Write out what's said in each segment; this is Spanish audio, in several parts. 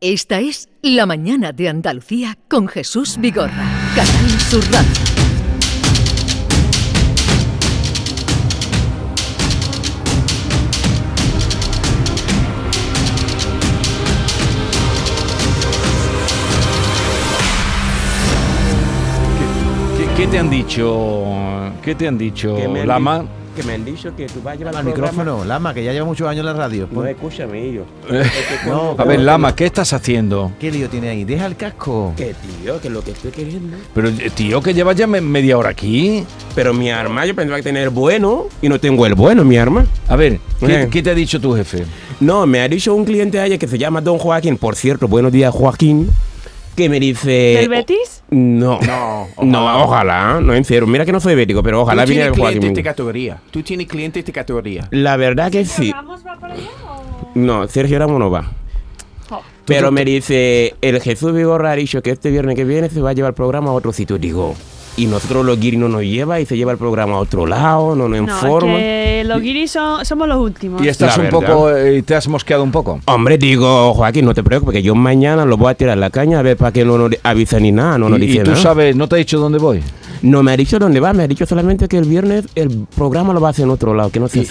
Esta es La Mañana de Andalucía con Jesús Vigorra. Canal Sur Radio. ¿Qué, qué te han dicho? ¿Qué te han dicho, Que me han Lama? di- Que me han dicho que tú vas a llevar Al el programa. micrófono, Lama, que ya lleva muchos años en la radio. No, Pon- escúchame, ellos. No, A ver, Lama, ¿qué estás haciendo? ¿Qué lío tiene ahí? Deja el casco. Que tío, que lo que estoy queriendo. Pero, eh, tío, que llevas ya me- media hora aquí. Pero mi arma yo pensaba que tener el bueno y no tengo el bueno, mi arma. A ver, ¿qué, Bien. qué te ha dicho tu jefe? No, me ha dicho un cliente ayer que se llama Don Joaquín, por cierto, buenos días Joaquín, que me Eh, dice... ¿Del Betis? No, no, no, ojalá, no en serio. Mira que no soy bético, pero ojalá Tú viniera tienes el clientes Joaquín. de categoría. Tú tienes clientes de categoría. La verdad que sí. ¿Ramos va para allá o...? No, Sergio Ramos no va. Jo. Pero me dice, el Jesús Vigorra ha dicho que este viernes que viene se va a llevar el programa a otro sitio. Digo, y nosotros los guiris no nos lleva y se lleva el programa a otro lado, no nos informa. No, es que los guiris son- somos los últimos. Y estás La un verdad. poco, eh, te has mosqueado un poco. Hombre, digo, Joaquín, no te preocupes, que yo mañana lo voy a tirar a la caña a ver para que no nos avisa ni nada, no nos y, y dice tú nada. sabes, ¿no te ha dicho dónde voy? No me ha dicho dónde va, me ha dicho solamente que el viernes el programa lo va a hacer en otro lado, que no se Y-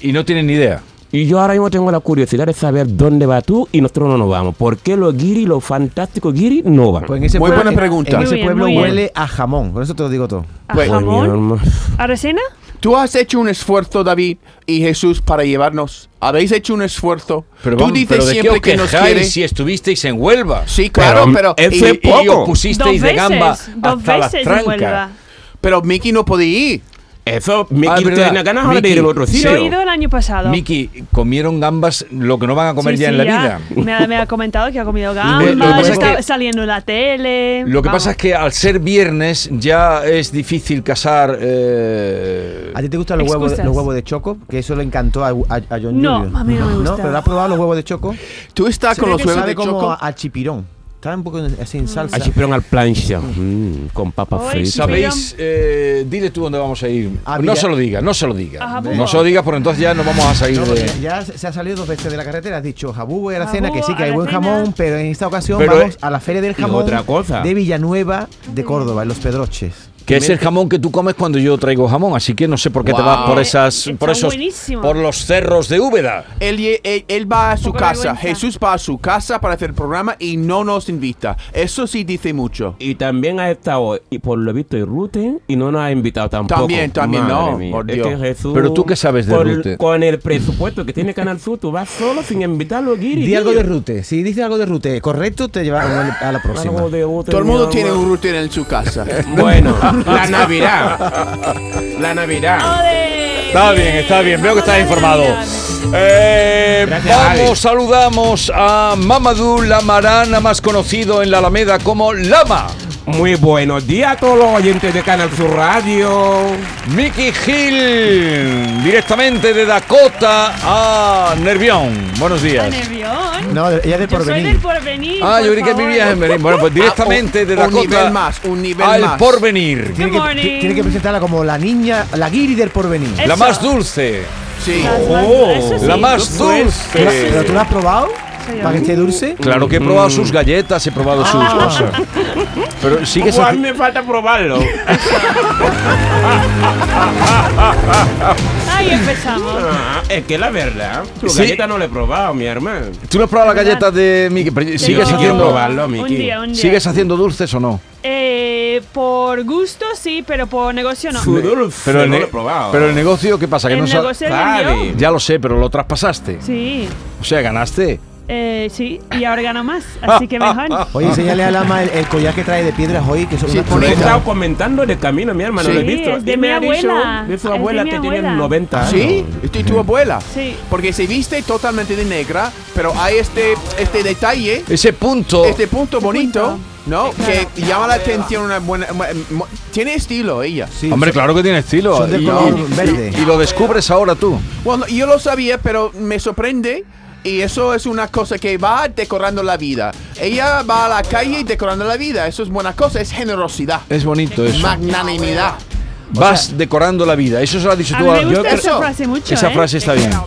Y, y no tienen ni idea. Y yo ahora mismo tengo la curiosidad de saber dónde va tú y nosotros no nos vamos. ¿Por qué los guiri, los fantásticos guiri, no van? Pues en ese Muy pueblo- buena pregunta. En Muy ese bien, pueblo muy bien. huele a jamón. Con eso te lo digo todo. ¿A Pues, Pues, mi jamón? alma. ¿A resena? Tú has hecho un esfuerzo, David y Jesús, para llevarnos. Habéis hecho un esfuerzo. Tú vamos, dices pero ¿de qué siempre os que nos quejáis quieres. si estuvisteis en Huelva? Sí, claro, pero. Pero, y- ese y- po- Y os Poco. pusisteis dos de veces. gamba dos hasta las veces en trancas. Huelva. pero Mickey no podía ir. Eso, me Ah, quita verdad. una ganas ahora de ir Miki, al otro sí. Yo sitio. he ido el año pasado. Miki, comieron gambas lo que no van a comer Sí, ya sí, en la vida. Me ha, me ha comentado que ha comido lo que gambas, pasa está es que- saliendo en la tele. Lo que vamos. pasa es que al ser viernes ya es difícil casar. eh, ¿A ti te gustan los huevos, Excusas. los huevos de choco? Que eso le encantó a, a, a John No, Julius. a mí no me gusta. pero ¿has probado los huevos de choco? Tú estás Ah, con los huevos Sabe de como choco. a, a chipirón. Está un poco en- así en salsa. Así fueron al plancha, mm, con papas Ay, fritas. Sabéis, eh, dile tú dónde vamos a ir. A no Villa- se lo diga, no se lo diga. Ajá, no Bubo. se lo digas, porque entonces ya no vamos a salir No, de. porque ya se se ha salido dos veces de la carretera. Has dicho Jabú y Jabú, Aracena, que sí que hay buen Aracena. jamón, pero en esta ocasión Pero, vamos eh, a la Feria del y Jamón otra cosa. de Villanueva de Córdoba, en Los Pedroches. Que es el jamón que tú comes cuando yo traigo jamón, así que no sé por qué te Wow. vas por esas, Está por esos, buenísimo. por los cerros de Úbeda. Él, lle- él- él va a su poco casa. vergüenza. Jesús va a su casa para hacer el programa y no nos invita. Eso sí dice mucho. Y también ha estado, y por lo visto, en Rute y no nos ha invitado tampoco. También, también, no, por es Dios. que Jesús- Pero tú qué sabes de eh? con el- Rute. Con el presupuesto que tiene Canal Sur, tú vas solo sin invitarlo, Guiri. Di algo tío. de Rute. Si dice algo de Rute correcto, te lleva a la próxima. Algo de Rute, Todo el mi mundo alma. tiene un rutina en su casa. Bueno, la Navidad. La Navidad. ¡Ole! Está bien, está bien, veo que estás informado. Eh, Gracias, vamos, Alex. saludamos a Mamadou Lamarana, más conocido en la Alameda como Lama. Muy buenos días a todos los oyentes de Canal Sur Radio. Mickey Hill, directamente de Dakota a Nervión. Buenos ¡Qué días. nervión! No, ella es de ¿eh? Yo soy porvenir. del porvenir. Ah, por yo creí que favor. vivías en Berlín. Bueno, pues directamente de Ah, un- un Dakota nivel más, un nivel al más. porvenir. Tiene Good que, morning. ti- tiene que presentarla como la niña, la guiri del porvenir. Eh, La Eso. más dulce. Sí. Las más- eso sí, la más eso es. dulce. ¿Pero, pero tú la has probado? Soy yo. ¿Para que esté dulce? Claro que he probado sus Mm. galletas, he probado sus Ah. cosas. Pero sí que es Juan, me falta probarlo. Ahí empezamos. Ah, es que la verdad, tu Sí. galleta no la he probado, mi hermano. ¿Tú no has probado las galletas de Mickey? Pero Pero- ¿Sigues Si quiero haciendo, probarlo, Miki. Un día, un día. ¿Sigues haciendo dulces o no? Eh, por gusto sí, pero por negocio no. Su dulce Pero el, no ne- lo he probado. pero el negocio, ¿qué pasa? Que El no sa- negocio del sabe. envío, Ya lo sé, pero lo traspasaste. Sí, O sea, ganaste. eh, sí, y ahora gano más, Ah, así que mejor. Oye, enséñale a Lama el, el collar que trae de piedras hoy, que son Sí, unas Lo por he chuletas. estado comentando de camino, mi hermano, Sí. lo he Sí, visto. es de Y mi me ha dicho abuela. De Es su de abuela mi que tiene abuela. 90 ¿Ah, años. ¿Sí? ¿Y tu abuela? Sí. Porque se viste totalmente de negra, pero hay este, este detalle, Ese punto. este punto bonito, ¿no? claro. Que llama la atención una buena... mu- Tiene estilo ella. Sí, Hombre, claro que tiene estilo. Son de Y- color y- verde. y lo descubres ahora tú. Bueno, yo lo sabía, pero me sorprende. Y eso es una cosa que va decorando la vida. Ella va a la calle decorando la vida. Eso es buena cosa, es generosidad, Es bonito eso. magnanimidad. vas decorando la vida. Eso se lo has dicho A tú mí me a- gusta yo- esa frase mucho. Esa ¿eh? frase está bien. Sí.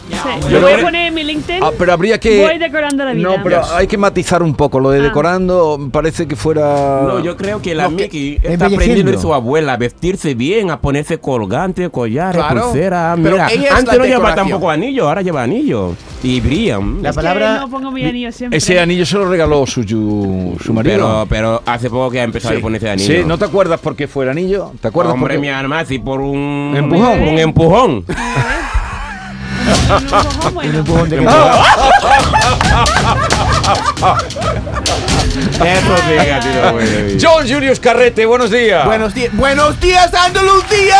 Yo Lo voy a creo- poner en mi LinkedIn. Ah, pero habría que. Voy decorando la vida. No, pero hay que matizar un poco. Lo de Ah. decorando parece que fuera. No, yo creo que la No, que- Mickey está embelleciendo. aprendiendo de su abuela a vestirse bien, a ponerse colgante, collares, Claro, pulseras. pero Mira, ella es antes la no llevaba decoración. tampoco anillo, ahora lleva anillo. Y brillan. La Es que palabra- No pongo mi anillo siempre. Ese anillo se lo regaló su, su, su marido. Pero, pero hace poco que ha empezado a ponerse de anillo. Sí, ¿no te acuerdas por qué fue el anillo? ¿Te acuerdas por Hombre, qué? mi arma, así por un Empujón. Un empujón. Un empujón bueno. de Ah. Eso sí, gatito, güey. John Julius Carrete, buenos días. Buenos días. Buenos días, Andalucía.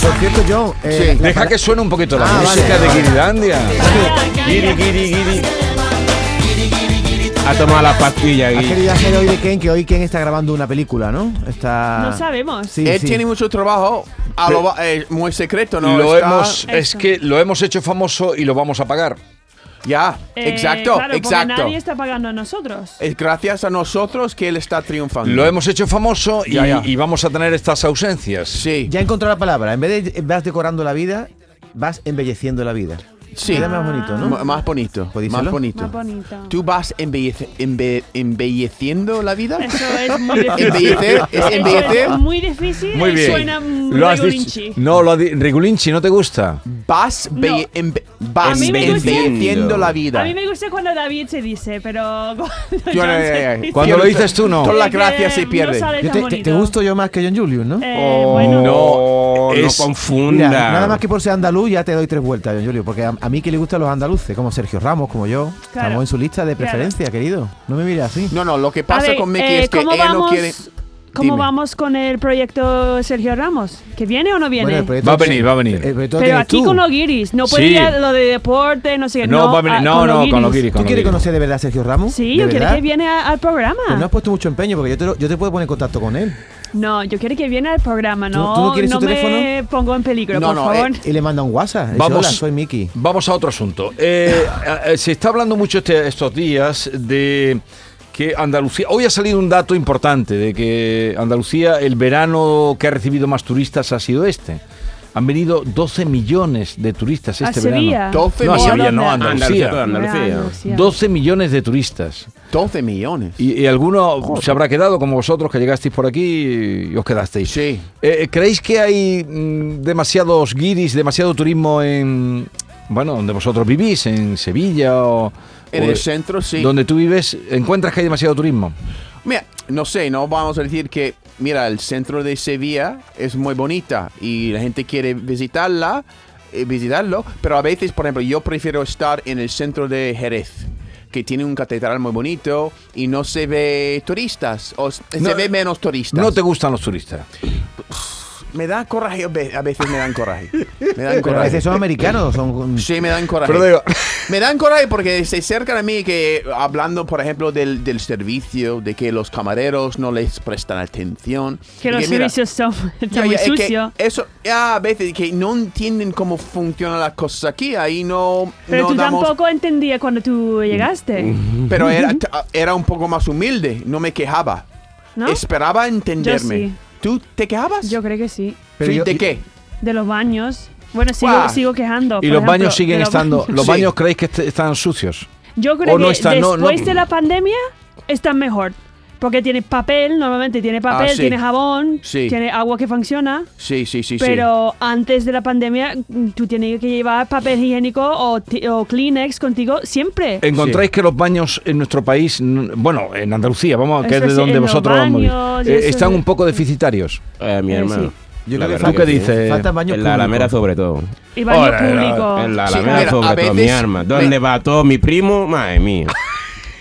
Por cierto, John, eh, Sí. la Deja pala- que suene un poquito la Ah, música vale. de Guirilandia. Guiri, guiri, guiri. Ha tomado la pastilla has y querido hacer hoy de Ken, que hoy Ken está grabando una película, ¿no? Está... No sabemos. Sí, Él sí. tiene mucho trabajo. a lo va- eh, muy secreto, ¿no? lo Está- hemos, es Eso. que lo hemos hecho famoso y lo vamos a pagar. Ya, Eh, exacto, claro, porque exacto. Nadie está pagando a nosotros. Es gracias a nosotros que él está triunfando. Lo hemos hecho famoso y, Ya, ya. y vamos a tener estas ausencias. Sí, Ya he encontrado la palabra. En vez de vas decorando la vida, vas embelleciendo la vida. sí. Queda más bonito, ¿no? M- más bonito. ¿Puedes Más decirlo? bonito. Más bonito. ¿Tú vas embellece- embe- embelleciendo la vida? Eso es muy difícil. Embellecer, es Eso embellecer. es muy difícil. Muy y bien. Suena Lo has dicho. No, lo ha di- Regulinchi, ¿no te gusta? Vas, be- embe- vas A mí me gusta- embelleciendo la vida. Eh, A mí me gusta cuando David se dice, pero cuando Yo eh, John no, se ya, ya. dice- Cuando lo dices tú, no. Todas las Es que gracias se Eh, no pierden. sale Yo tan te, te- te bonito. gusto yo más que John Julius, ¿no? Eh, Oh, bueno, no, es- no confunda. Mira, nada más que por ser andaluz ya te doy tres vueltas, John Julio, porque a, a mí que le gustan los andaluces, como Sergio Ramos, como yo, Claro. estamos en su lista de Claro. preferencia, querido. No me mires así. No, no, lo que a pasa ver, con Mickey eh, es que él ¿cómo no vamos- quiere. ¿Cómo Dime. vamos con el proyecto Sergio Ramos? ¿Que viene o no viene? Bueno, el proyecto Va a que- venir, va a venir. el proyecto que pero tienes aquí tú. con los guiris. No puede Sí. ir a lo de deporte, no sé qué. No, va a venir- a- no, no, con los guiris. ¿Tú quieres conocer de verdad a Sergio Ramos? Sí, ¿De yo quiero verdad? que viene a- al programa. Pues no has puesto mucho empeño porque yo te, lo- yo te puedo poner en contacto con él No, yo quiero que viene al programa, ¿Tú- no, tú no quieres su me teléfono? pongo en peligro, No, por no, favor. y le manda un WhatsApp. Le dice, Vamos. Eh, Hola, soy Miki. Vamos a otro asunto. Eh, eh, se está hablando mucho este- estos días de que Andalucía. Hoy ha salido un dato importante de que Andalucía, el verano que ha recibido más turistas ha sido este. Han venido 12 millones de turistas ¿A este Sevilla? verano. 12 No, a millones. Sevilla, no, a Andalucía, toda Andalucía. Andalucía. Andalucía. 12 millones de turistas. 12 millones. Y, y alguno se habrá quedado, como vosotros que llegasteis por aquí y os quedasteis. Sí. Eh, ¿Creéis que hay mm, demasiados guiris, demasiado turismo en. Bueno, donde vosotros vivís, en Sevilla o. En o, el eh, centro, sí. Donde tú vives, ¿encuentras que hay demasiado turismo? Mira, no sé, no vamos a decir que, mira, el centro de Sevilla es muy bonita y la gente quiere visitarla, eh, visitarlo, pero a veces, por ejemplo, yo prefiero estar en el centro de Jerez, que tiene un catedral muy bonito y no se ve turistas, o s- se No, eh, ve menos turistas. No te gustan los turistas. Me da coraje, a ve- a veces me dan coraje. Me dan Pero a eh, veces coraje. son americanos, son... Sí, me dan coraje. Pero digo- Me dan coraje porque se acercan a mí que hablando, por ejemplo, del, del servicio, de que los camareros no les prestan atención. Que Y los mira, servicios son ya, están muy ya, es que sucios. eso, ya, a veces que no entienden cómo funcionan las cosas aquí, ahí no... Pero no tú damos- Mm. tampoco entendías cuando tú llegaste, Pero era, ta- era un poco más humilde, no me quejaba. ¿no? Esperaba entenderme. sí. ¿Tú te quejabas? Yo creo que sí. Pero Sí, yo- ¿De qué? De los baños. Bueno, sigo, Guau. sigo quejando. Y por los ejemplo, baños de siguen los estando. baños. ¿Los Sí. baños creéis que est- están sucios? Yo creo o no que está- no, no. después de la pandemia están mejor. Porque tienes papel, normalmente tiene papel, sí. tiene jabón, Sí. tiene agua que funciona. Sí, sí, sí, sí. Pero antes de la pandemia, mm, tú tienes que llevar papel higiénico o, ti- o Kleenex contigo siempre. Eh, ¿Encontráis que los baños en nuestro país, n- bueno, en Andalucía, vamos, que Eso es de sí, donde en los vosotros vamos, baños y eh, eso están es- un poco deficitarios? Eh, mi Sí, hermano. sí. Yo La creo que verdad ¿Tú qué que sí. dices? Faltan baños En la Alameda públicos. sobre todo. Y baño Ahora, Oh, público. En la Sí, Alameda mira, a sobre todo, mi veces- arma. ¿Dónde va todo mi primo? Madre mía.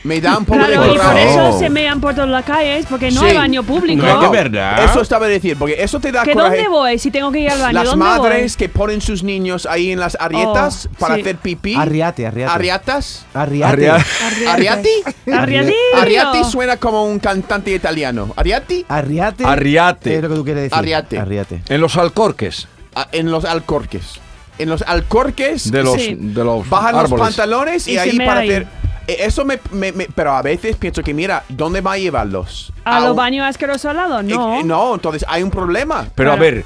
Me da un poco de Claro, y por coraje. eso se mean por todas las calles, porque no Sí. hay baño público. No, es que es verdad. Eso estaba a decir, porque eso te da ¿Que coraje. dónde voy si tengo que ir al baño? Las ¿Dónde madres que ponen sus niños ahí en las arietas Oh, para sí. hacer pipí. Arriate, arriate. Ariatas. Arriate. Arria- voy? Ariati. Arriati. Eh, Arriati. Ariati suena como un cantante italiano. Ariati. Arriate. Arriate. Es lo que tú quieres decir. Arriate. Arriate. En los alcorques a- Ah, en los alcorques. En los alcorques de los, Sí. de los bajan los árboles. pantalones y, Y se ahí mea para ahí. hacer. e- eso me, me- me- Pero a veces pienso que, mira, ¿dónde va a llevarlos? ¿A los un- baños asquerosos al lado? No. Eh, eh, no, entonces hay un problema. Pero a Claro. ver,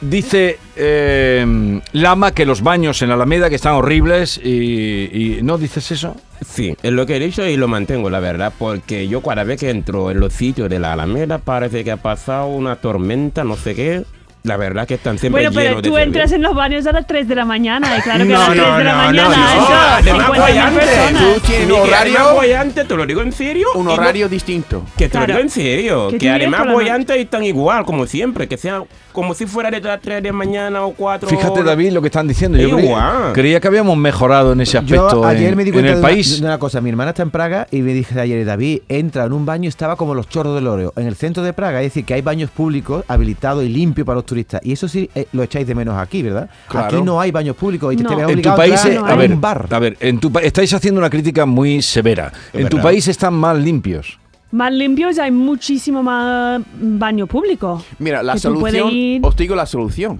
dice eh, Lama que los baños en Alameda que están horribles y, y- ¿no dices eso? Sí, es lo que he dicho y lo mantengo, la verdad, porque yo cada vez que entro en los sitios de la Alameda parece que ha pasado una tormenta, no sé qué. La verdad que están siempre Bueno, pero llenos de tú cerveza. entras en los baños a las tres de la mañana y claro que No, a las no, 3 de la no, mañana no, Ah, no, entran además 50.000 voy antes, personas. Tú tienes un Ni que además horario, voy antes, te lo digo en serio. y un no- horario distinto. Que te Claro. lo digo en serio. Que Que, tú llegues además por la voy noche. antes y están igual, como siempre. Que sea como si fuera de las 3 de mañana o 4. Fíjate David lo que están diciendo. Yo Ey, creía, guau. creía que habíamos mejorado en ese aspecto Yo ayer en, me di en cuenta el de, país. Una, de una cosa. Mi hermana está en Praga y me dije ayer, David, entra en un baño y estaba como los chorros del Oreo. En el centro de Praga, es decir, que hay baños públicos habilitados y limpios para los turistas. Y eso sí eh, lo echáis de menos aquí, ¿verdad? Claro. Aquí no hay baños públicos y No. te ves En tu obligado país, a, eh, entrar no a en ver, un bar. a ver, en tu pa- estáis haciendo una crítica muy severa. Es en tu verdad. país están más limpios. Más limpios hay muchísimo más baño público. Mira, la Que tú puedes solución, ir- os digo la solución,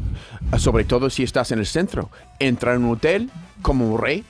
sobre todo si estás en el centro. Entra en un hotel como un rey,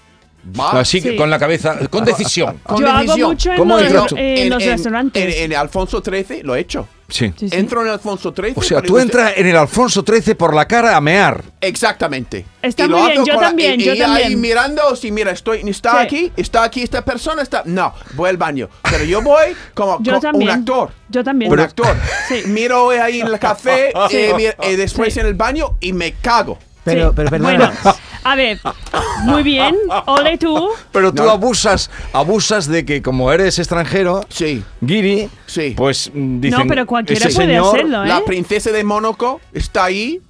Ah, va Así que Sí. con la cabeza, con decisión. con Yo hago decisión. mucho en ¿Cómo los, entras tú? en los restaurantes. En, en Alfonso XIII lo he hecho. Sí. Sí, sí. Entro en Alfonso XIII. O sea, para tú ir- entras en el Alfonso XIII por la cara a mear. Exactamente. Está Y lo muy bien, hago yo con la- también, y- yo y ahí también. mirando, si mira, estoy, está Sí. aquí, está aquí esta persona, está... No, voy al baño. Pero yo voy como, Yo como también. un actor. Yo también. Un Pero- actor. Sí. Miro ahí el café, Sí. eh, mira, eh, después Sí. en el baño y me cago. Pero, Sí. pero perdona. Bueno, a ver, muy bien, ole tú. Pero tú No. abusas, abusas de que como eres extranjero, Sí. Giri, Sí. pues mm, dicen, No, pero cualquiera ese puede señor hacerlo. ¿eh? La princesa de Mónaco está ahí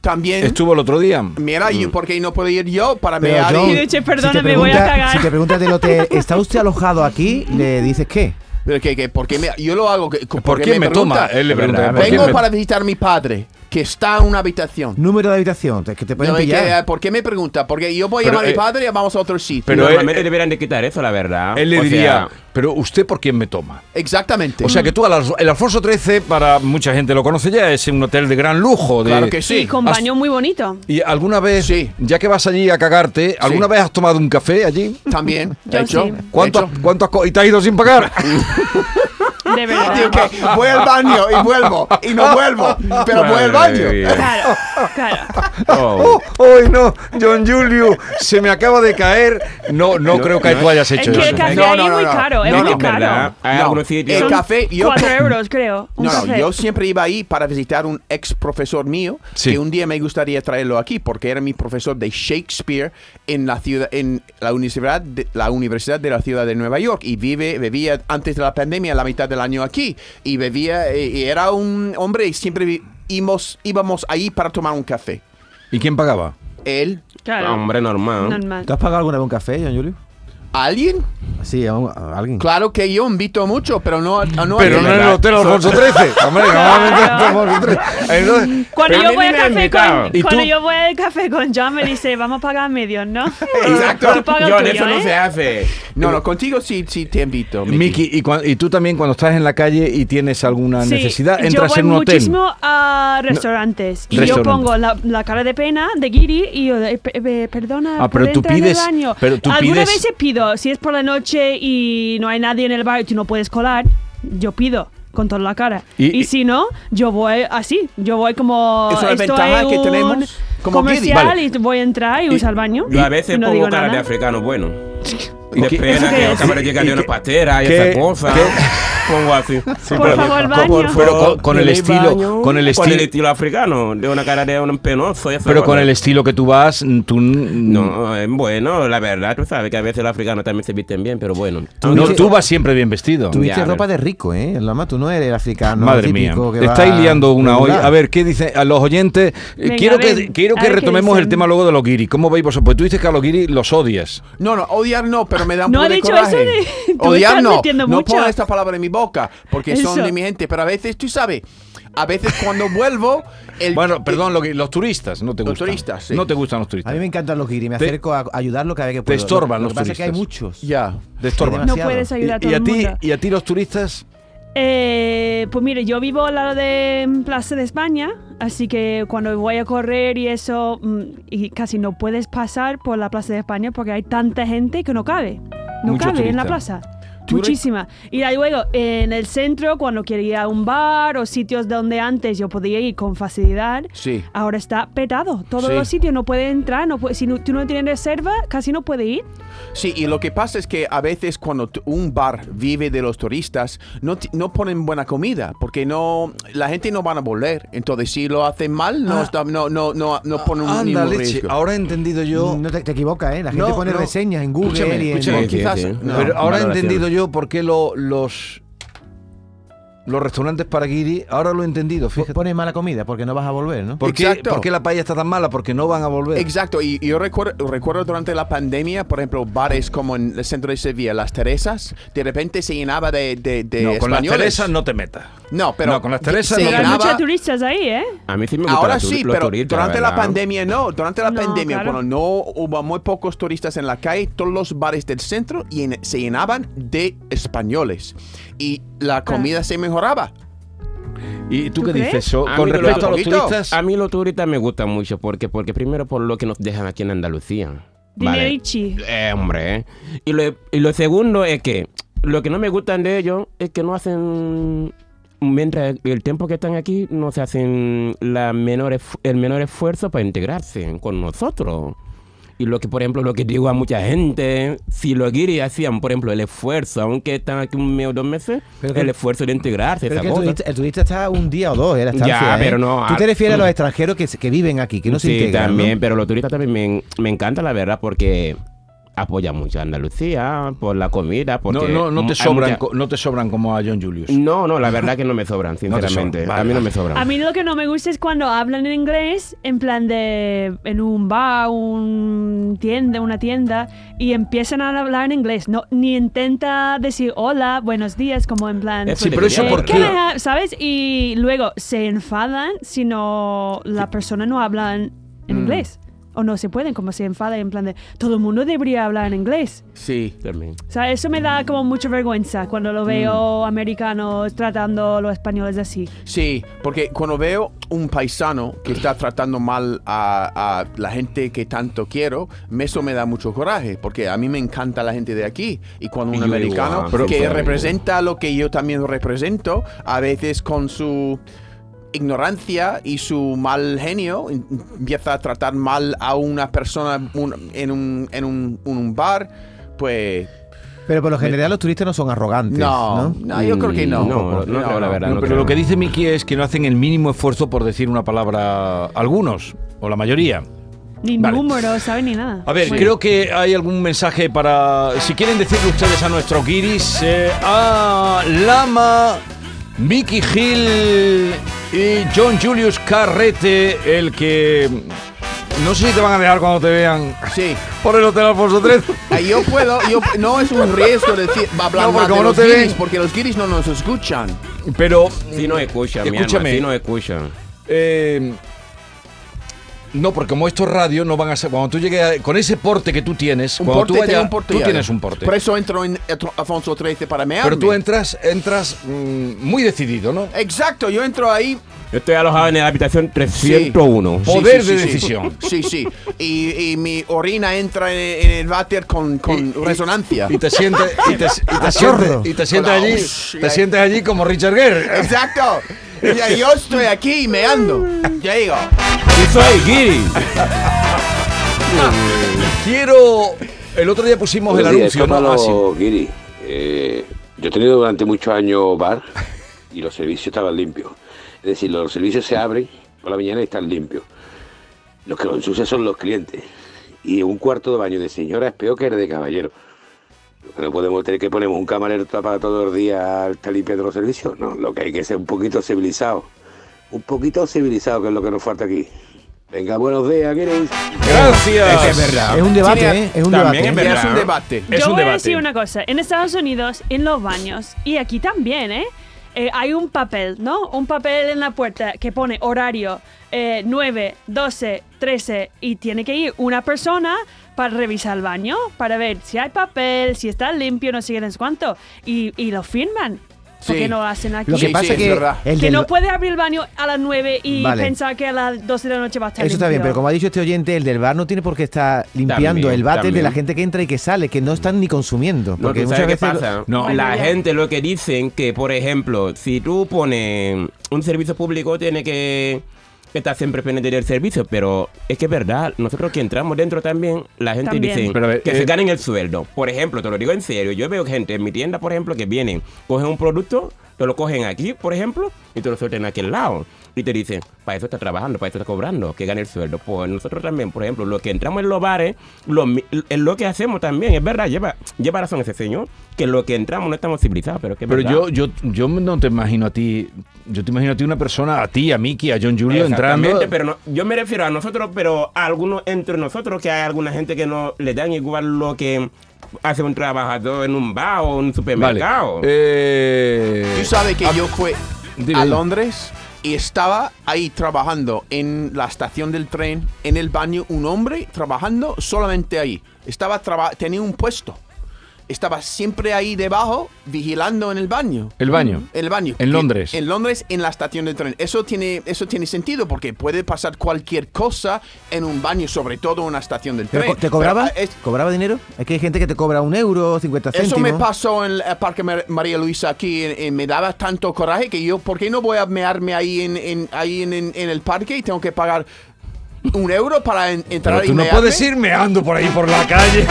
también. estuvo Mm. el otro día. Mira, yo, ¿por qué no puedo ir yo para Pero mear John, Y y- de hecho, te perdona, me voy a cagar. Si te preguntas del hotel, ¿está usted alojado aquí? Le dices qué. Pero que, que, ¿por qué Pues me- yo lo hago? que- ¿Por qué me toma? pregunta? Él le pregunta, verdad, ¿por qué Vengo me- para visitar a mi padre, que está en una habitación. Número de habitación, es que te pueden No, es que, eh, pillar. ¿Por qué me pregunta? Porque yo voy a Pero, llamar a mi eh, padre y vamos a otro sitio. pero, eh, Normalmente deberían de quitar eso, la verdad. Él le O sea, diría, pero usted por quién me toma. Exactamente. O sea que tú, al Al- el Alfonso XIII, para mucha gente lo conoce ya, es un hotel de gran lujo. De, claro que sí. Y con Has- baño muy bonito. Y alguna vez, Sí. ya que vas allí a cagarte, ¿alguna Sí. vez has tomado un café allí? También. Yo de hecho. sí. de ¿Cuánto, hecho. cuánto has co- y te has ido sin pagar? De verdad. Digo que voy al baño y vuelvo. Y no vuelvo. "Ah, Pero voy al Madre baño. mía. Claro, claro. Oh. ¡Oh! ¡Ay, no! John Julio, se me acaba de caer. No, no, creo que tú hayas Es hecho que eso. el café No, ahí no, es no, muy no. caro, es No, muy no, caro. ¿verdad? Hay No. algunos El sitios. Son café, yo- Cuatro euros, creo. un No, no, café. yo siempre iba ahí para visitar un ex profesor mío Sí. que un día me gustaría traerlo aquí porque era mi profesor de Shakespeare en la ciudad en la universidad de, la universidad de la ciudad de Nueva York y vive bebía antes de la pandemia la mitad del año aquí y bebía eh, y era un hombre y siempre vi- íbamos íbamos ahí para tomar un café. ¿Y quién pagaba? Él, Claro. Hombre, normal. Normal. ¿Tú has pagado alguna vez un café, John Julio? alguien, Sí, a, un- a alguien. claro que yo invito mucho, pero no, a- no a Pero él. no en el hotel Alfonso XIII. Hombre, normalmente Claro. Alfonso XIII. Entonces, Cuando, Pero a yo mí voy, ni al me han café invitado. con, ¿Y cuando tú? yo voy al café con John, me dice, vamos a pagar medio, ¿no? Tú Exacto. pagas John, tuyo, eso no ¿eh? se hace. No, no, contigo sí, sí te invito. Miki. Miki, y, cua- y tú también cuando estás en la calle y tienes alguna Sí, necesidad, entras yo voy en un hotel. muchísimo a restaurantes y yo Restaurantes. pongo la, la cara de pena de Giri y yo, eh, pe- eh, perdona, Ah, pero ¿puedo tú entrar en el pides- baño? pero tú Algunas pides- veces pido, si es por la noche y no hay nadie en el bar y tú no puedes colar, yo pido con toda la cara. Y- Y, si no, yo voy así, yo voy como Es una estoy ventaja que un tenemos como Giri. comercial Vale. y voy a entrar y, uso el baño. Yo a veces y no pongo digo cara de nada. africano bueno. Y ¿Qué- de pena ¿Eso que qué acaba de es? llegar ¿Y de una qué- pastera y qué- esa cosa. Pongo así. Por favor, baño. pero con- con el Dele estilo- baño. con el estilo- africano, de una cara de un penoso. y esa Pero con cosa. el estilo que tú vas, mm, tú n- No, eh, bueno, la verdad, tú sabes que a veces los africanos también se visten bien, pero bueno. Ah, no, tú vas siempre bien vestido. Tuviste Ya, a ver. ropa de rico, ¿eh? Lama, tú no eres africano. Madre mía, típico que va estáis liando una hoy. regular. A ver, ¿qué dicen a los oyentes? Eh, Venga, quiero, a ver, que, quiero a que ver qué retomemos el dicen. tema luego de los guiris. ¿Cómo veis vosotros? Pues tú dices que a los guiris los odias. No, no, odiar no, pero me da un No poco ha de dicho coraje. eso de- tú odiar estás no, metiendo no mucho. pongo esta palabra en mi boca, porque son Eso. de mi gente, pero a veces, tú sabes, a veces cuando vuelvo, el... Bueno, perdón, lo que- los turistas no te Los gustan. turistas, sí. No te gustan los A turistas. mí me encantan los guiris, me Te- acerco a ayudarlos cada vez que puedo. Lo- estorban lo, los que pasa es que hay turistas. muchos. Ya. Te estorban. No demasiado. puedes ayudar a y, todo y a el ti, mundo. ¿Y a ti los turistas? Eh, pues mire, yo vivo al lado de mm, Plaza de España, así que cuando voy a correr y eso, mm, y casi no puedes pasar por la Plaza de España porque hay tanta gente que no cabe. No Mucho cabe en la turista. plaza. ¿Tú re- Muchísima. Y ahí luego, en el centro, cuando quería ir a un bar o sitios donde antes yo podía ir con facilidad, Sí. ahora está petado. Todos Sí. los sitios no puede entrar, no puede- si no- tú no tienes reserva, casi no puede ir. Sí, y lo que pasa es que a veces cuando t- un bar vive de los turistas, no, ti- no ponen buena comida, porque no la gente no van a volver. Entonces, si lo hacen mal, Ah. no, está- no, no, no, no ponen un Anda, ningún leche. riesgo. Ahora he entendido yo. No te, te equivocas, ¿eh? La gente No, pone no. reseñas en Google Escúchame, y en... escúchame, Sí, sí, quizás- sí. no. pero ahora he valoración. entendido yo por qué lo- los. Los restaurantes para guiri, ahora lo he entendido, P- fíjate. Pone mala comida porque no vas a volver, ¿no? ¿Por qué, Exacto. por qué la paella está tan mala? Porque no van a volver. Exacto, y y yo recuerdo, recuerdo durante la pandemia, por ejemplo, bares como en el centro de Sevilla, Las Teresas, de repente se llenaba de, de, de no, con las españoles. Teresas no te metas. No, pero- No, con las Teresas Sí, no te Hay Llenaba- muchos turistas ahí, ¿eh? A mí sí me gusta Ahora la tur- sí, los pero turistas, durante la ¿verdad? pandemia no. Durante la No, pandemia, claro. cuando no hubo muy pocos turistas en la calle, todos los bares del centro llen- se llenaban de españoles. Y la comida se mejoraba. ¿Y tú, ¿Tú qué crees? dices? So- A con mí lo- respecto a los poquito. turistas. A mí los turistas me gustan mucho porque, porque primero por lo que nos dejan aquí en Andalucía. Dinerichi. Eh, hombre. eh. Y lo, y lo segundo es que lo que no me gustan de ellos es que no hacen... Mientras el tiempo que están aquí no se hacen la menor esf- el menor esfuerzo para integrarse con nosotros. Y lo que, por ejemplo, lo que digo a mucha gente, si los guiris hacían, por ejemplo, el esfuerzo, aunque están aquí un mes o dos meses, Pero que- el esfuerzo de integrarse. esa Pero es que el cosa. turista, el turista está un día o dos, eh, la estancia, Ya, ¿eh? pero no, Tú te a- refieres a los mm. extranjeros que, se- que viven aquí, que no se sí, integran. ¿no? también, pero los turistas también me, en- me encanta la verdad porque apoya mucho a Andalucía por la comida, porque no, no, no, hay te sobran, mucha- co- no te sobran como a John Julius. No, no, la verdad que no me sobran, Eh, sobran, sinceramente. vale, a mí no vale. me sobran. A mí lo que no me gusta es cuando hablan en inglés, en plan de en un bar, un tienda, una tienda, y empiezan a hablar en inglés. No, ni intenta decir hola, buenos días, como en plan. Eh, sí, eh, pero eso ¿por ¿qué qué? me ha- ¿Sabes? Y luego se enfadan si no la persona no habla en en inglés. O no se pueden, como se enfada en plan de todo el mundo debería hablar en inglés. Sí. También. O sea, eso me da como mucha vergüenza cuando lo veo americanos tratando a los españoles así. Sí, porque cuando veo un paisano que está tratando mal a, a la gente que tanto quiero, me- eso me da mucho coraje, porque a mí me encanta la gente de aquí. Y cuando Y ah, un yo americano igual, que pero- representa lo que yo también represento, a veces con su ignorancia y su mal genio em- empieza a tratar mal a una persona un- en, un, en un- un bar, pues... Pero por lo general los turistas no son arrogantes. No, No, no, yo creo que no. Mm, no, no creo, la verdad. No, no pero creo. lo que dice Miki es que no hacen el mínimo esfuerzo por decir una palabra algunos, o la mayoría. Ni Vale. números, ¿sabes? Ni nada. A ver, Bueno. creo que hay algún mensaje para. Si quieren decirle ustedes a nuestro Kiris, eh, a Lama, Vicky Hill y John Julius Carrete, el que. No sé si te van a dejar cuando te vean. Sí. Por el Hotel Alfonso III. Ah, Yo puedo, yo, no es un riesgo decir, hablar No, porque mal de como no los te guiris, ven. porque los guiris no nos escuchan. Pero. Si no escuchan, mi alma, Escúchame. si no escuchan. Eh, no, porque como esto es radio, no van a ser. Cuando tú llegues a- con ese porte que tú tienes, Un cuando porte, tú, tengo vayas- un porte tú ya. tienes un porte. Por eso entro en Atro- Alfonso XIII para mearme. Pero tú entras, entras mm, muy decidido, ¿no? Exacto, yo entro ahí. Yo estoy alojado en la habitación 301. Sí, Poder sí, de sí, sí. decisión. Sí, sí. Y, y mi orina entra en, en el váter con, con resonancia. Y te sientes, y te, y te Sordo. sientes, y te sientes Hola, allí, ush, te ya- sientes allí como Richard Gere. Exacto. Y ya yo estoy aquí meando. Ya digo. Y soy guiri. Quiero. El otro día pusimos el Buenos días, anuncio, ¿no? Ah, sí. Tómalo, Guiri. Eh, yo he tenido durante muchos años bar y los servicios estaban limpios. Es decir, los servicios se abren por la mañana y están limpios. Los que lo ensucian son los clientes. Y un cuarto de baño de señora es peor que el de caballero. Lo que no podemos tener que ponemos un camarero para todos los días está limpiando los servicios. No, lo que hay que ser un poquito civilizado. Un poquito civilizado, que es lo que nos falta aquí. Venga, buenos días, Guiri. Gracias. Es verdad. Es un debate, Tiene- ¿eh? Es un también debate. es Ya verdad. es un debate. Es Yo un voy a debate. decir una cosa. En Estados Unidos, en los baños, y aquí también, ¿eh? Eh, hay un papel, ¿no? Un papel en la puerta que pone horario eh, 9, 12, 13 y tiene que ir una persona para revisar el baño, para ver si hay papel, si está limpio, no sé qué, no sé cuánto. Y, y lo firman. ¿Por Sí. qué no hacen aquí? Lo que Sí, pasa sí, es que es verdad. el que del- no puede abrir el baño a las 9 y Vale. pensar que a las 12 de la noche va a estar Eso está bien, limpio. pero como ha dicho este oyente, el del bar no tiene por qué estar limpiando También, el váter de también. la gente que entra y que sale, que no están ni consumiendo. No, Porque tú muchas sabes qué veces. pasa. No. La Bueno. gente lo que dicen que, por ejemplo, si tú pones un servicio público, tiene que que estar siempre pendiente del servicio. Pero es que es verdad, nosotros que entramos dentro también, la gente También. dice Pero a ver, que eh, se ganen el sueldo. Por ejemplo, te lo digo en serio, yo veo gente en mi tienda, por ejemplo, que vienen, cogen un producto, te lo cogen aquí, por ejemplo, y te lo sueltan en aquel lado. Y te dicen, para eso está trabajando, para eso está cobrando, que gane el sueldo. Pues nosotros también, por ejemplo, los que entramos en los bares, lo, mi- es lo que hacemos también. Es verdad, lleva, lleva razón ese señor, que lo que entramos no estamos civilizados, pero que es Pero verdad. yo, yo, yo no te imagino a ti, yo te imagino a ti una persona, a ti, a Miki, a John Julio Exactamente, entrando. pero no- yo me refiero a nosotros, pero a algunos entre nosotros, que hay alguna gente que no le dan igual lo que hace un trabajador en un bar o en un Vale. supermercado. Eh, Tú sabes que ah, yo fui Dile, a dile. Londres y estaba ahí trabajando en la estación del tren, en el baño, un hombre trabajando solamente ahí. Estaba traba- tenía un puesto. Estaba siempre ahí debajo, vigilando en el baño. El baño. El baño. En Londres. En Londres, en la estación de tren. Eso tiene, eso tiene sentido porque puede pasar cualquier cosa en un baño, sobre todo en una estación del Pero tren. co- ¿Te cobraba? Pero, eh, es- ¿Cobraba dinero? Es que hay gente que te cobra un euro, 50 céntimos. eso me pasó en el Parque Mar- María Luisa aquí y, y me daba tanto coraje que yo, ¿por qué no voy a mearme ahí en, en- ahí en, en- en el parque y tengo que pagar un euro para en- entrar pero y tú no mearme? puedes ir meando por ahí por la calle.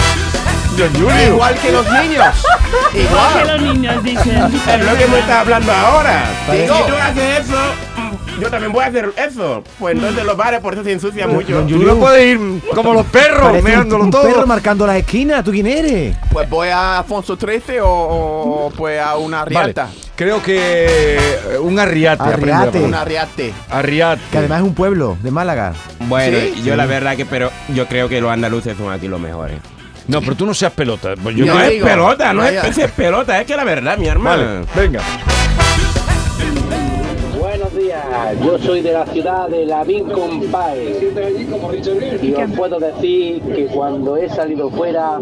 John Julio. Igual que los niños. Porque Igual. los niños dicen. Es lo que me está hablando ahora. Si Digo- tú haces eso, mm, yo también voy a hacer eso. Pues entonces los bares por eso se ensucian mucho. Tú no puedes ir como los perros, Parece un- meándolo un todo. perro marcando las esquinas, ¿tú quién eres? Pues voy a Afonso XIII o, o- o pues a una Vale, riata. creo que eh, un arriate. aprende la Arriate. palabra. Una riate. Arriate. Que además es un pueblo de Málaga. Bueno, Sí. yo la verdad que, pero yo creo que los andaluces son aquí los mejores. No, pero tú no seas pelota. Pues yo Ya no creo- es digo, pelota, no vaya. es, es pelota, es que la verdad, mi hermano. Vale, venga. Buenos días, yo soy de la ciudad de Lavín Compay y os puedo decir que cuando he salido fuera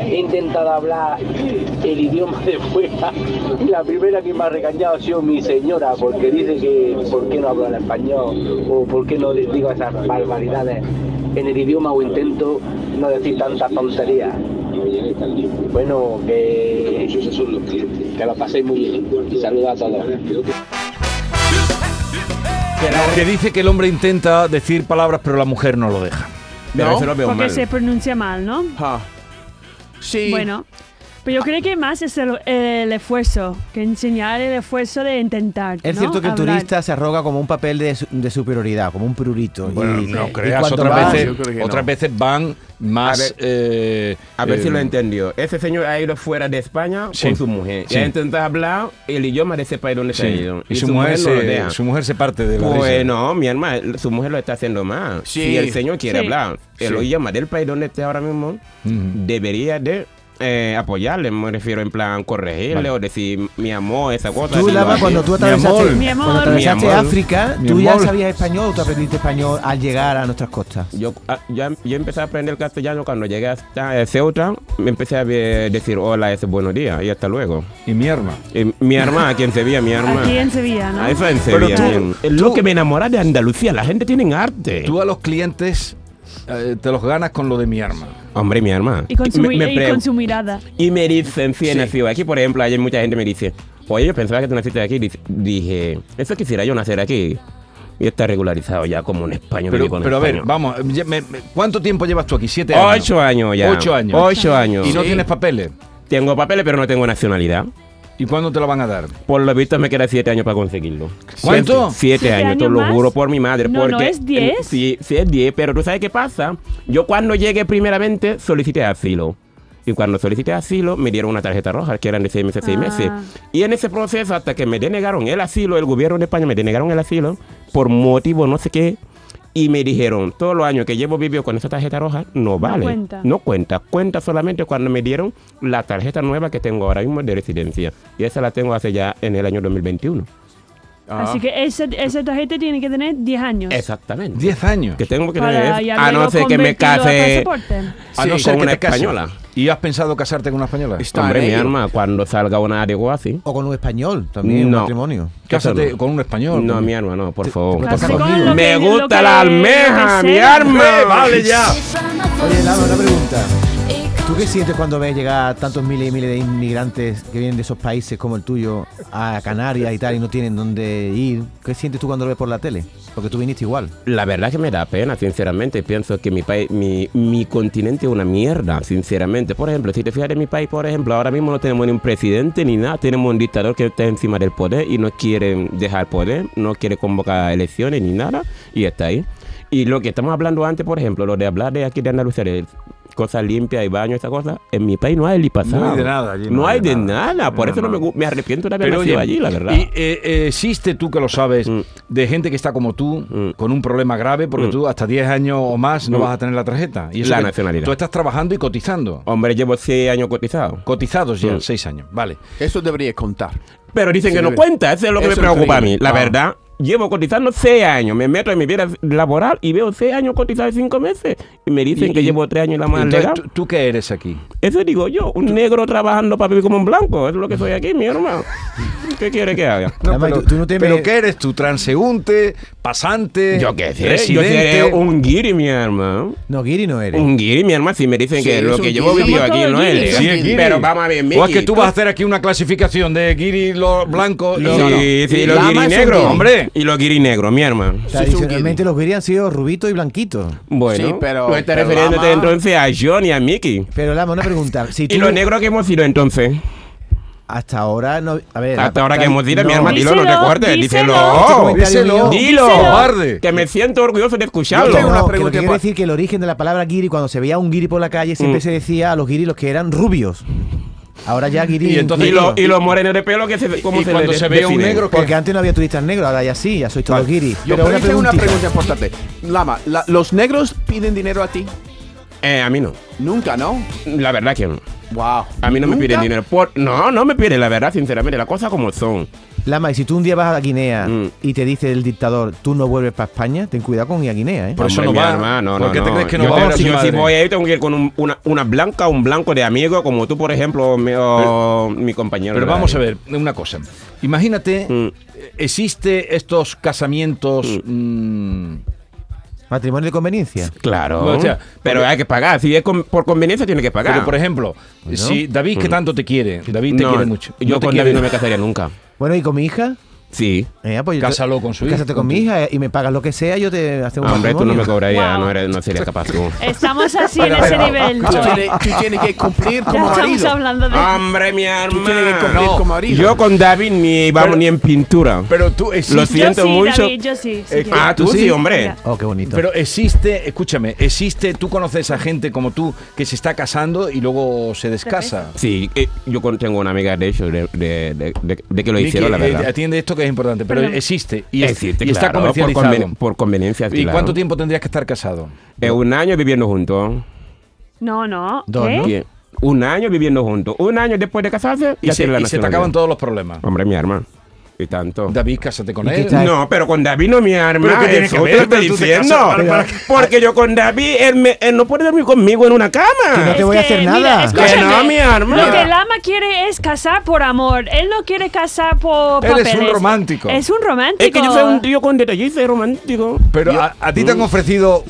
he intentado hablar el idioma de fuera y la primera que me ha regañado ha sido mi señora porque dice que por qué no hablo el español o por qué no les digo esas barbaridades en el idioma o intento no decir tantas tonterías. Bueno, que, que lo paséis muy bien y saludos a todos. Que dice que el hombre intenta decir palabras, pero la mujer no lo deja. Pero ¿No? eso lo veo Porque mal. se pronuncia mal, ¿no? Ja. Sí. Bueno. Pero yo creo que más es el, el esfuerzo, que enseñar el esfuerzo de intentar. Es ¿no? cierto que el Hablar. turista se arroga como un papel de, su- de superioridad, como un prurito. Bueno, Y- no y creas, eh, cuanto otras más- veces, Yo creo que no. otras veces van más... A ver- eh, A ver eh, si lo entendió. Ese señor ha ido fuera de España Sí, con su mujer. sí. Y ha intentado hablar el idioma de ese país donde sí. se ha ido. Y, su, mujer, no lo se, deja. su mujer se parte de la risa. Pues no, mi hermano, su mujer lo está haciendo mal. Sí. Si el señor quiere Sí. hablar el Sí. idioma del país donde está ahora mismo, Ujú. debería de eh, apoyarle, me refiero en plan corregirle Vale. o decir mi amor, esa cosa. Tú, así, Lava, así. cuando tú Mi atravesaste, amor. Mi amor. cuando atravesaste Mi amor. África, Mi tú ya amor. sabías español o tú aprendiste español al llegar a nuestras costas. Yo, ah, ya- yo empecé a aprender castellano cuando llegué hasta eh, Ceuta, me empecé a eh, decir hola, ese buenos días y hasta luego. Y mi hermana. Y mi hermana, a quien se veía, mi hermana. Aquí en Sevilla, ¿no? Ah, eso en Pero Sevilla. tú- bien. Es lo que me enamora de Andalucía. La gente tiene arte. Tú a los clientes eh, te los ganas con lo de mi arma. Hombre, mi hermano. Y con su, mi- y pre- con su mirada. y me dicen si he Sí. nacido aquí. Por ejemplo, ayer mucha gente me dice, oye, yo pensaba que tú naciste aquí. Dice- Dije, eso quisiera yo nacer aquí. Y está regularizado ya como un español. Pero, viví con pero a ver, España. vamos, ya me- me- ¿cuánto tiempo llevas tú aquí? ¿Siete años? Ocho años ya. Ocho años. Ocho años. ¿Y no tienes papeles? Tengo papeles, pero no tengo nacionalidad. ¿Y cuándo te lo van a dar? Por lo visto me queda siete años para conseguirlo. ¿Cuánto? Siete, ¿Siete años, te años lo más? juro por mi madre. No, porque, ¿no es diez? Sí, sí es diez, pero tú sabes qué pasa. Yo cuando llegué primeramente solicité asilo. Y cuando solicité asilo me dieron una tarjeta roja, que eran de seis meses, seis Ah. meses. Y en ese proceso, hasta que me denegaron el asilo, el gobierno de España me denegaron el asilo por motivo no sé qué. Y me dijeron, todos los años que llevo vivido con esa tarjeta roja, no vale. cuenta. No cuenta. Cuenta solamente cuando me dieron la tarjeta nueva que tengo ahora mismo de residencia. Y esa la tengo hace ya en el año 2021. Ah. Así que esa, esa tarjeta tiene que tener 10 años. Exactamente. Diez años. Que tengo que Para tener. ya A luego no ser que me convertirlo a case pasaporte. A no con ser que una te cases. española. ¿Y has pensado casarte con una española? Está Hombre, en mi ello. arma, cuando salga una adeguazi. O con un español, también un No. matrimonio. Cásate con un español. No, mi arma, no, por favor. por Casarse favor. con lo Me que- lo gusta que- la lo almeja, que mi sea. arma. Eh, vale ya. Oye, Laura, una pregunta. ¿Tú qué sientes cuando ves llegar tantos miles y miles de inmigrantes que vienen de esos países como el tuyo a Canarias y tal y no tienen dónde ir? ¿Qué sientes tú cuando lo ves por la tele? Porque tú viniste igual. La verdad que me da pena, sinceramente. Pienso que mi país, mi, mi continente es una mierda, sinceramente. Por ejemplo, si te fijas de mi país, por ejemplo, ahora mismo no tenemos ni un presidente ni nada. Tenemos un dictador que está encima del poder y no quiere dejar poder, no quiere convocar elecciones ni nada y está ahí. Y lo que estamos hablando antes, por ejemplo, lo de hablar de aquí de Andalucía, de cosas limpias y baños, esa cosa, en mi país no hay ni pasado. No hay de nada allí, No, hay de nada. Por eso no, me, gu- me arrepiento de haber Pero nacido oye, allí, la verdad. y, eh, eh, existe tú que lo sabes, Mm. de gente que está como tú, Mm. con un problema grave, porque Mm. tú hasta 10 años o más no Mm. vas a tener la tarjeta. Y eso La que nacionalidad. Tú estás trabajando y cotizando. Hombre, llevo seis años cotizado. Cotizados ya, Mm. 6 años. Vale. Eso debería contar. Pero dicen Sí, que no debe- cuenta, eso es lo que eso me es preocupa a mí. increíble. La Ah. verdad, llevo cotizando seis años, me meto en mi vida laboral y veo seis años cotizado y cinco meses. Y me dicen Y- que y- llevo tres años en la más Entonces, legal. ¿tú, tú qué eres aquí? Eso digo yo, un negro trabajando para vivir como un blanco, es lo que soy aquí, mi hermano. ¿Qué quiere que haga? No, Además, pero, tú- tú no te pero me- qué eres tú? ¿Transeúnte? ¿Pasante? Yo qué sé, yo Eh, residente? seré un guiri, mi hermano. No, Guiri no eres. Un guiri, mi hermano, si me dicen Sí, que lo es un que llevo guiri. vivido Somos aquí todos no guiris. es Sí, es guiri. legal. Pero vamos a ver, O es que Miki, tú vas a hacer aquí una clasificación de guiri, los blancos y Sí, no, no. sí, Y los Lama guiri es un negros. guiri. Hombre. Y los guiri negros, mi hermano. Tradicionalmente los Guiri han sido rubitos y blanquitos. Bueno, Sí, pero- tú estás pero refiriéndote Lama- entonces a John y a Mickey. Pero Lama, una pregunta. Si tú ¿Y los negros que hemos sido entonces? hasta ahora no. A ver. Hasta ahora tal- que hemos ido, no. mi hermano, dilo, no te Díselo, cortes, díselo. díselo. Este Díselo. comentario mío- Dilo, cobarde. que me siento orgulloso de No, escucharlo. Yo tengo una que lo que pregunta quiero pa- decir que el origen de la palabra guiri, cuando se veía un guiri por la calle, siempre Mm. se decía a los guiri los que eran rubios. Ahora ya guiri. Y entonces- Y, lo- y los morenos de pelo que se ¿cómo Y se cuando les se ve un define? negro que- Porque antes no había turistas negros, ahora ya sí, ya sois todos guiri. Yo Pero pero tengo una preguntita. pregunta importante. Lama, la- ¿los negros piden dinero a ti? Eh, a mí no. Nunca, ¿no? La verdad que no. Wow. A mí no me ¿Nunca? piden dinero. Por- no, no me piden, la verdad, sinceramente. Las cosas como son. Lama, y si tú un día vas a Guinea Mm. y te dice el dictador, tú no vuelves para España, ten cuidado con ir a Guinea, ¿eh? Por eso Hombre, no mi va. hermano, ¿Por no, qué te no. crees que no yo va a tengo- ver a si su yo madre? si voy ahí tengo que ir con un- una, una blanca o un blanco de amigo, como tú, por ejemplo, o mi, o mi compañero. Pero de la- vamos a ver una cosa. Imagínate, Mm. eh, existe estos casamientos. mm, Matrimonio de conveniencia. Claro. O sea, pero porque- hay que pagar. Si es con- por conveniencia, tiene que pagar. Pero por ejemplo, si David que tanto te quiere, David te Mm. No, quiere mucho. Yo no te con quiere, David no me casaría nunca. Bueno, ¿y con mi hija? Sí. Eh, pues yo- Cásalo con su hija. Cásate con mi hija eh, y me pagas lo que sea, yo te hacemos un Hombre, tú no me matrimonio. cobrarías, Wow. no, eres- no serías capaz tú. Estamos así en ese nivel. Tú Joy. tienes, tú tienes que Ya cumplir como estamos marido. hablando de. Hombre, mi Tú tienes que cumplir hermano. No, como marido. Yo con David ni vamos Pero- ni en pintura. Pero tú existe, Lo siento yo sí, mucho. David, yo sí. sí Eh, quiero. ah, tú ¿Tú sí, sí? hombre. Oh, qué bonito. pero existe, escúchame, existe, tú conoces a gente como tú que se está casando y luego se descasa. Sí, eh, yo con- tengo una amiga de hecho de, de- de- de- de que lo hicieron, la Miki, eh, verdad. atiende esto que es importante, pero Perdón. existe y, es- Existe, y está claro, por comercializado. conven- por conveniencia, ¿Y claro. cuánto tiempo tendrías que estar casado? Eh, un año viviendo juntos. No, no. Dos, ¿qué? ¿no? Bien. Un año viviendo juntos. Un año después de casarse, Y, ya se, tiene la y se te nacionalidad. acaban todos los problemas. Hombre, mi hermano. Y tanto. David, cásate con ¿Y qué él. tal? No, pero con David no mi arma. ¿Pero qué tiene que eso ver? te lo estoy Pero tú te diciendo. casas para- para- Porque yo con David, él, me- él no puede dormir conmigo en una no cama. te voy a hacer mira, nada. escúchame, Que no, mi arma. Lo que Lama quiere es casar por amor. Él no quiere casar por Él es papeles. un romántico. Es un romántico. Es que yo soy un tío con detallice romántico. Pero a, a ti te han ofrecido.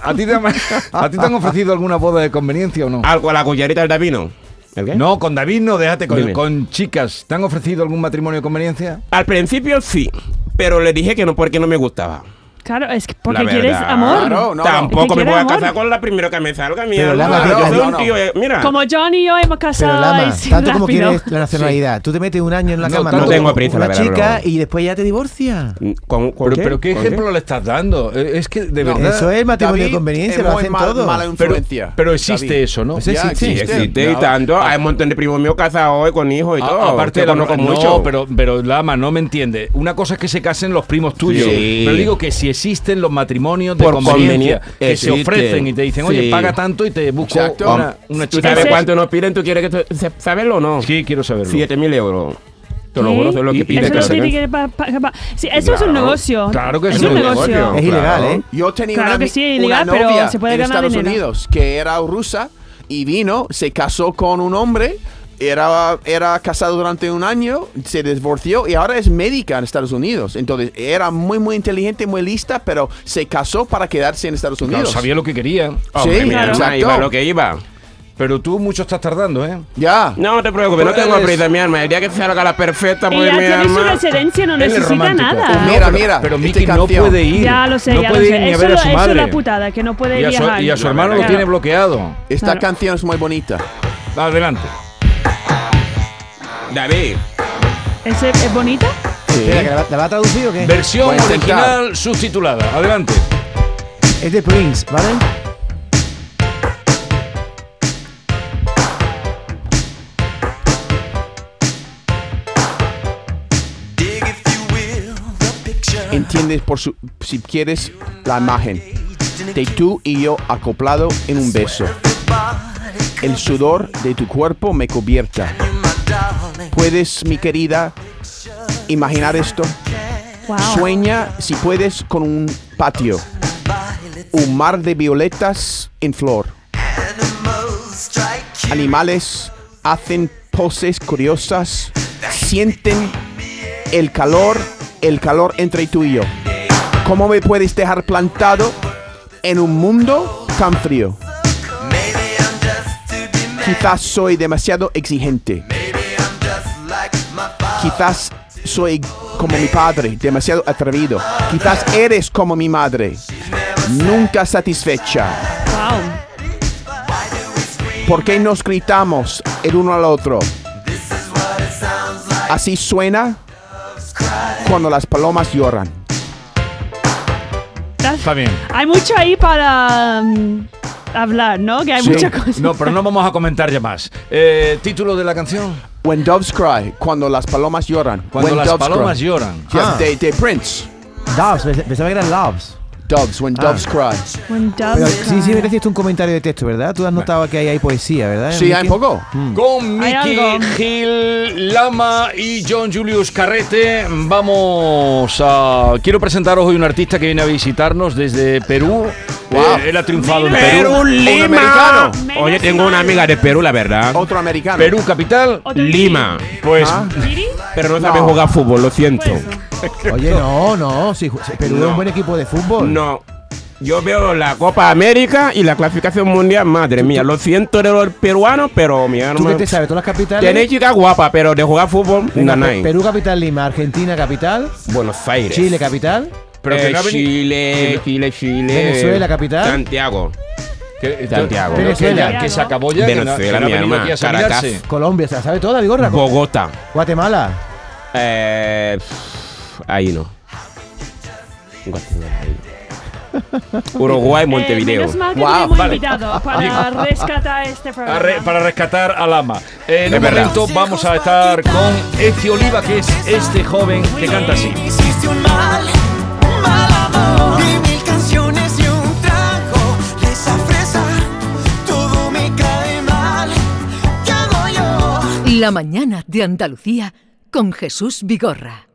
A ti, te han, a ti te han ofrecido alguna boda de conveniencia o no? Algo a la collarita del Davino. ¿El Ah, qué? No, con David no, déjate con, Dime. con chicas. ¿Te han ofrecido algún matrimonio de conveniencia? Al principio sí, pero le dije que no porque no me gustaba. Claro, es que porque La quieres verdad. amor. Claro, no, Es que Tampoco me quiere voy a amor. casar con la primera que me salga, mi Pero hermano. Lama, Yo claro, soy un no, no. tío, eh, mira. Como John y yo hemos Pero casado Lama, sin tanto como lápiz, ¿no? quieres la nacionalidad, tú te metes un año en la No, cama tanto con- No tengo con prisa, una la verdad, chica no. y después ya te divorcias. ¿Con, Pero, con qué? pero ¿qué ¿Con ejemplo le estás dando? Eh, Es que de No, verdad. Eso es matrimonio de David conveniencia, es lo muy hacen mal- todos. Mala pero, influencia. pero existe David. eso, ¿no? Eso Ya existe. Sí, Pues existe y No. tanto. Hay un montón de primos míos casados y con hijos y todo. A- Ah, aparte Te de la conozco no, mucho. pero, pero Lama no me entiende. Una cosa es que se casen los primos tuyos. Sí. Pero digo que si existen los matrimonios de Por conveniencia conveni- que existe. se ofrecen y te dicen, oye, Sí. paga tanto y te busco Exacto. una, una ¿Tú chica. sabes Ese- cuánto nos piden? ¿Tú quieres que se- saberlo o no? Sí, quiero saberlo. 7.000 euros. Te lo juro, eso es lo ¿Y- y que piden. Eso de no casa, tiene ¿no? que pa- pa- pa- Sí, eso es un Claro, negocio. claro que es un negocio. Es ilegal, ¿eh? Yo tenía Claro una, que ami- sí, una ilegal, pero novia se puede en ganar Estados dinero. Unidos que era rusa y vino, se casó con un hombre, era, era casado durante un año, se divorció y ahora es médica en Estados Unidos. Entonces era muy, muy inteligente, muy lista, pero se casó para quedarse en Estados Claro, Unidos. sabía Ah, lo que quería. Sí, mira, exacto. iba lo que iba. Pero tú mucho estás tardando, ¿eh? Ya. No, no te preocupes, no Pues tengo eres- prisa, mi alma. El día que salga la perfecta, pues Ella mi tiene su alma. residencia, no Él es necesita romántico. Pues nada. Mira, pero- mira, Pero este Mickey no campeón. puede ir. Ya lo sé, no ya lo puede ir sé. ni a Eso, ver a lo- su eso es madre. la putada, que no puede y, a su, viajar. y a su hermano lo Claro. tiene bloqueado. Esta Claro. canción es muy bonita. Adelante. David. ¿Ese ¿Es bonita? Espera, que ¿La, la va a traducir o qué? Versión Voy a intentar. original subtitulada. Adelante. es de Prince, ¿vale? Entiendes por su, si quieres la imagen de tú y yo acoplado en un beso. El sudor de tu cuerpo me cubierta. ¿Puedes, mi querida, imaginar esto? Wow. Sueña, si puedes, con un patio. Un mar de violetas en flor. Animales hacen poses curiosas. Sienten el calor, el calor entre tú y yo. ¿Cómo me puedes dejar plantado en un mundo tan frío? Quizás soy demasiado exigente. Quizás soy como mi padre, demasiado atrevido. Quizás eres como mi madre, nunca satisfecha. wow. ¿Por qué nos gritamos el uno al otro? Así suena cuando las palomas lloran. That's- Está bien. Hay mucho ahí para mm, hablar, ¿no? Que hay Sí. muchas cosas. No, pero no vamos a comentar ya más. Eh, ¿Título de la canción? When doves cry, cuando las palomas lloran. Cuando When las doves palomas cry. lloran. Yeah, Ah. de, de Prince. Doves, pens- pensaba que eran Loves. Doves, when doves Ah. cry. When doves Pero cry. sí, sí, me hiciste un comentario de texto, ¿verdad? Tú has notado que ahí hay poesía, ¿verdad? Eh, Sí, hay Enrique? poco. Mm. Con Hay Mickey, algo. Gil, Lama y John Julius Carrete vamos a... Quiero presentaros hoy un artista que viene a visitarnos desde Perú. Wow. Eh, él ha triunfado en Perú. Perú, Lima. americano. Oye, tengo una amiga de Perú, la verdad. Otro americano. Perú capital. Otro Lima. Pues Ah. ¿Giri? Pero no sabe No. jugar fútbol, lo siento. Pues, Oye, no, no. Sí, ju- sí, Perú es No. un buen equipo de fútbol. No. Yo veo la Copa América y la clasificación mundial, madre mía. Lo siento de los peruanos, pero mi ¿Tú qué hermano. te sabes? ¿Todas las capitales? Tenéis chicas guapas, pero de jugar fútbol, Venga, nanay. Pe- Perú capital, Lima, Argentina capital, Buenos Aires. Chile capital. Pero Eh, que no ha venido- Chile, Chile, Chile. Venezuela, capital. Santiago. que- Santiago. que- que, Venezuela. que se acabó ya. que no- que Venezuela, no ha mi venido hermana. aquí a Caracas. salinarse. Colombia, ¿se la sabe toda, Vigorra? Bogotá. Guatemala. Eh, pff, ahí no. Guatemala, ahí no. Uruguay, eh, Montevideo. menos mal que Guau, tenemos vale. invitado para rescatar este A programa. re- para rescatar a Lama. Eh, en Es un verdad. momento vamos a estar con Ezio Oliva, que es este joven que canta así. Hiciste un mal, un mal amor. Y mil canciones y un trago de esa fresa. Todo me cae mal. ¿Qué hago yo? La mañana de Andalucía con Jesús Vigorra.